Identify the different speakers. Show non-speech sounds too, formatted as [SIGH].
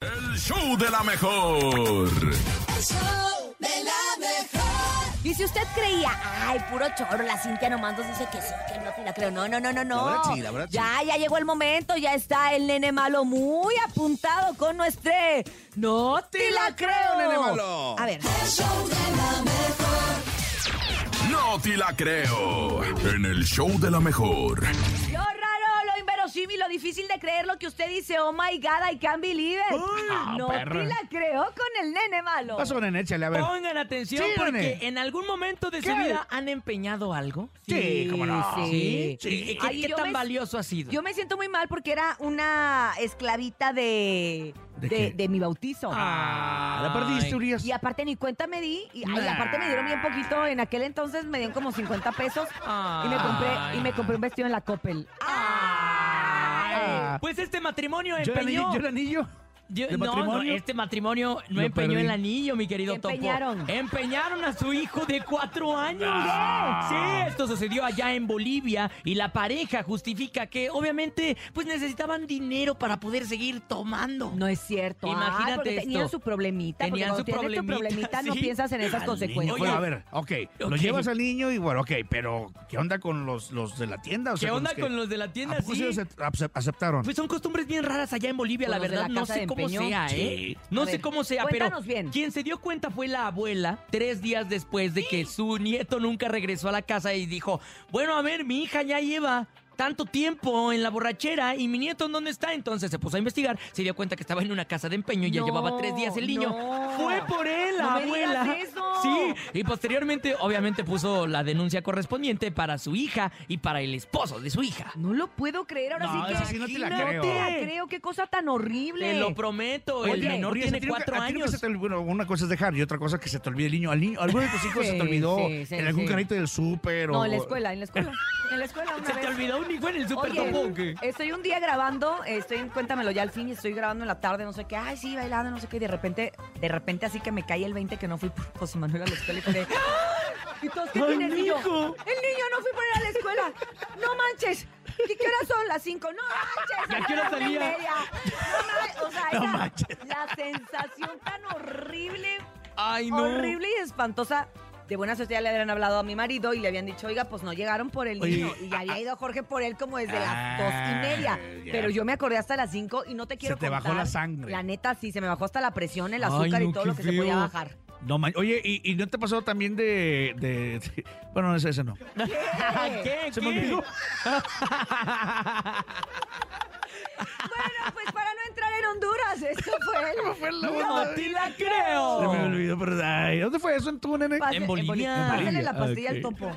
Speaker 1: El show de la mejor.
Speaker 2: Y si usted creía, ay, puro choro, la Cintia nomás nos dice que sí, que no, que la creo. No, no, no, no, no.
Speaker 3: La verdad sí, la verdad
Speaker 2: ya, ya llegó el momento, ya está el nene malo muy apuntado con nuestro. No te la creo,
Speaker 3: nene malo.
Speaker 2: A ver,
Speaker 1: No te la creo. En el show de la mejor.
Speaker 2: lo raro, lo inverosímil, lo difícil de creer, lo que usted dice, oh my god, I can't believe it.
Speaker 4: Ah,
Speaker 2: no
Speaker 4: perra.
Speaker 2: te la creo con el nene malo.
Speaker 4: Paso con el échale, a ver.
Speaker 5: Pongan atención
Speaker 4: Sí,
Speaker 5: porque
Speaker 4: René.
Speaker 5: en algún momento de su
Speaker 4: ¿Qué?
Speaker 5: vida han empeñado algo.
Speaker 4: Sí, cómo no.
Speaker 2: Sí,
Speaker 5: ¿Sí? ¿Y ¿Qué,
Speaker 2: Ay,
Speaker 5: qué
Speaker 2: yo
Speaker 5: tan
Speaker 2: me-
Speaker 5: valioso ha sido?
Speaker 2: Yo me siento muy mal porque era una esclavita de, de,
Speaker 4: ¿De qué?
Speaker 2: de mi bautizo.
Speaker 4: Ah, la perdiste,
Speaker 5: Ay.
Speaker 4: Urias.
Speaker 2: Y aparte ni cuenta me di. Y, ay,
Speaker 4: Nah.
Speaker 2: aparte me dieron bien poquito. En aquel entonces me dieron como 50 pesos. Y me compré, y me compré un vestido en la Coppel.
Speaker 5: Ah. Ay, Pues este matrimonio
Speaker 4: ¿Yo el anillo?
Speaker 5: empeñó.
Speaker 4: ¿Yo el anillo?
Speaker 5: Yo-
Speaker 4: ¿De
Speaker 5: no,
Speaker 4: matrimonio?
Speaker 5: no, este matrimonio no
Speaker 4: Lo
Speaker 5: empeñó
Speaker 4: perdí.
Speaker 5: el anillo, mi querido
Speaker 2: ¿Qué
Speaker 5: Topo.
Speaker 2: empeñaron?
Speaker 5: Empeñaron a su hijo de cuatro años.
Speaker 4: Ah.
Speaker 5: Sí, esto sucedió allá en Bolivia y la pareja justifica que obviamente pues necesitaban dinero para poder seguir tomando.
Speaker 2: No es cierto. Ay,
Speaker 5: Imagínate
Speaker 2: porque tenían
Speaker 5: esto.
Speaker 2: su problemita. porque
Speaker 5: Tenían
Speaker 2: cuando
Speaker 5: su
Speaker 2: tienes
Speaker 5: problemita,
Speaker 2: tu problemita no
Speaker 5: sí.
Speaker 2: piensas en esas
Speaker 4: Al niño.
Speaker 2: consecuencias.
Speaker 4: Bueno, a
Speaker 5: Oye.
Speaker 4: ver, ok. Lo
Speaker 5: Ok.
Speaker 4: llevas al niño y bueno, ok, pero ¿qué onda con los, los de la tienda? O
Speaker 5: ¿Qué
Speaker 4: sea,
Speaker 5: onda
Speaker 4: que-
Speaker 5: con los de la
Speaker 4: ¿A
Speaker 5: tienda?
Speaker 4: poco sí
Speaker 5: Sí.
Speaker 4: los acep- aceptaron?
Speaker 5: Pues son costumbres bien raras allá en Bolivia,
Speaker 2: Con
Speaker 5: la
Speaker 2: los de
Speaker 5: verdad.
Speaker 2: la
Speaker 5: no
Speaker 2: casa
Speaker 5: sé
Speaker 2: de
Speaker 5: cómo
Speaker 2: empeño.
Speaker 5: sea, ¿eh?
Speaker 4: Sí.
Speaker 5: No
Speaker 2: A
Speaker 5: sé
Speaker 2: ver,
Speaker 5: cómo sea, pero
Speaker 2: cuéntanos bien.
Speaker 5: quien se dio cuenta fue la abuela tres días después de que su nieto nunca regresó a la casa y dijo, bueno, a ver, mi hija ya lleva tanto tiempo en la borrachera y mi nieto en dónde está. Entonces se puso a investigar, se dio cuenta que estaba en una casa de empeño y ya
Speaker 2: No,
Speaker 5: llevaba tres días el niño.
Speaker 2: no.
Speaker 5: Fue por él, la
Speaker 2: No me
Speaker 5: abuela.
Speaker 2: digas eso.
Speaker 5: Sí, y posteriormente obviamente puso la denuncia correspondiente para su hija y para el esposo de su hija.
Speaker 2: No lo puedo creer. Ahora
Speaker 4: No,
Speaker 2: sí que.
Speaker 4: esa sí no te la
Speaker 2: no
Speaker 4: creo.
Speaker 2: te la creo. Qué cosa tan horrible.
Speaker 5: Te lo prometo, el
Speaker 2: Oye,
Speaker 5: menor
Speaker 4: Urias, ¿a
Speaker 5: tiene
Speaker 4: ti nunca-
Speaker 5: cuatro
Speaker 4: a ti nunca
Speaker 5: años.
Speaker 4: se te ol- bueno, una cosa es dejar y otra cosa que se te olvide el niño. Al niño, alguno de tus hijos se te
Speaker 2: Sí,
Speaker 4: olvidó
Speaker 2: sí, sí,
Speaker 4: en algún
Speaker 2: sí.
Speaker 4: carrito del súper o...
Speaker 2: No, en la escuela, en la escuela. En la escuela
Speaker 5: [LAUGHS]
Speaker 2: una
Speaker 5: ¿Se
Speaker 2: vez.
Speaker 5: te olvidó un hijo en el super
Speaker 2: Oye,
Speaker 5: topo o qué?
Speaker 2: estoy un día grabando, eh, estoy en Cuéntamelo ya al fin, y estoy grabando en la tarde, no sé qué, ay, sí, bailando, no sé qué, y de repente, de repente así que me cae el 20 que no fui por José Manuel a la escuela
Speaker 5: [LAUGHS]
Speaker 2: y fue de, ¡ah! Y todos, ¿qué
Speaker 5: ¡Ay,
Speaker 2: tiene el niño? El
Speaker 5: mijo!
Speaker 2: niño no fui por él a la escuela, no manches. ¿Qué, qué horas son? Las 5. ¡No manches!
Speaker 5: ¿Y a qué
Speaker 2: era
Speaker 5: hora
Speaker 2: la una y
Speaker 5: salía?
Speaker 2: media. No, ma-
Speaker 5: [LAUGHS]
Speaker 2: o sea,
Speaker 4: No
Speaker 2: esa-
Speaker 4: manches.
Speaker 2: la sensación tan horrible
Speaker 5: Ay, no.
Speaker 2: horrible y espantosa. De buena suerte ya le habían hablado a mi marido y le habían dicho, oiga, pues no llegaron por el
Speaker 4: Oye,
Speaker 2: niño. Y ya había ido Jorge por él como desde
Speaker 4: Ah,
Speaker 2: las dos y media.
Speaker 4: ya.
Speaker 2: Pero yo me acordé hasta las cinco y no te quiero
Speaker 4: te
Speaker 2: contar.
Speaker 4: bajó la sangre.
Speaker 2: La neta, sí, se me bajó hasta la presión, el
Speaker 5: Ay,
Speaker 2: azúcar y
Speaker 5: no,
Speaker 2: todo
Speaker 5: qué
Speaker 2: lo que se podía
Speaker 5: feo.
Speaker 4: [LAUGHS]
Speaker 2: bajar.
Speaker 4: No, man- Oye, ¿y, y no te pasó también de... de- de- Bueno, ese, ese no.
Speaker 5: ¿Qué? ¿Qué?
Speaker 4: Se me olvidó.
Speaker 2: [LAUGHS] bueno, pues para no entrar en Honduras, esto fue el...
Speaker 5: No te la
Speaker 4: Se me
Speaker 5: creo.
Speaker 4: olvidó, pero... ay, ¿Dónde fue eso en tu nene?
Speaker 2: Pase-
Speaker 5: En Bolivia.
Speaker 2: Pásale la
Speaker 4: Ah,
Speaker 2: pastilla
Speaker 4: ok.
Speaker 2: al topo.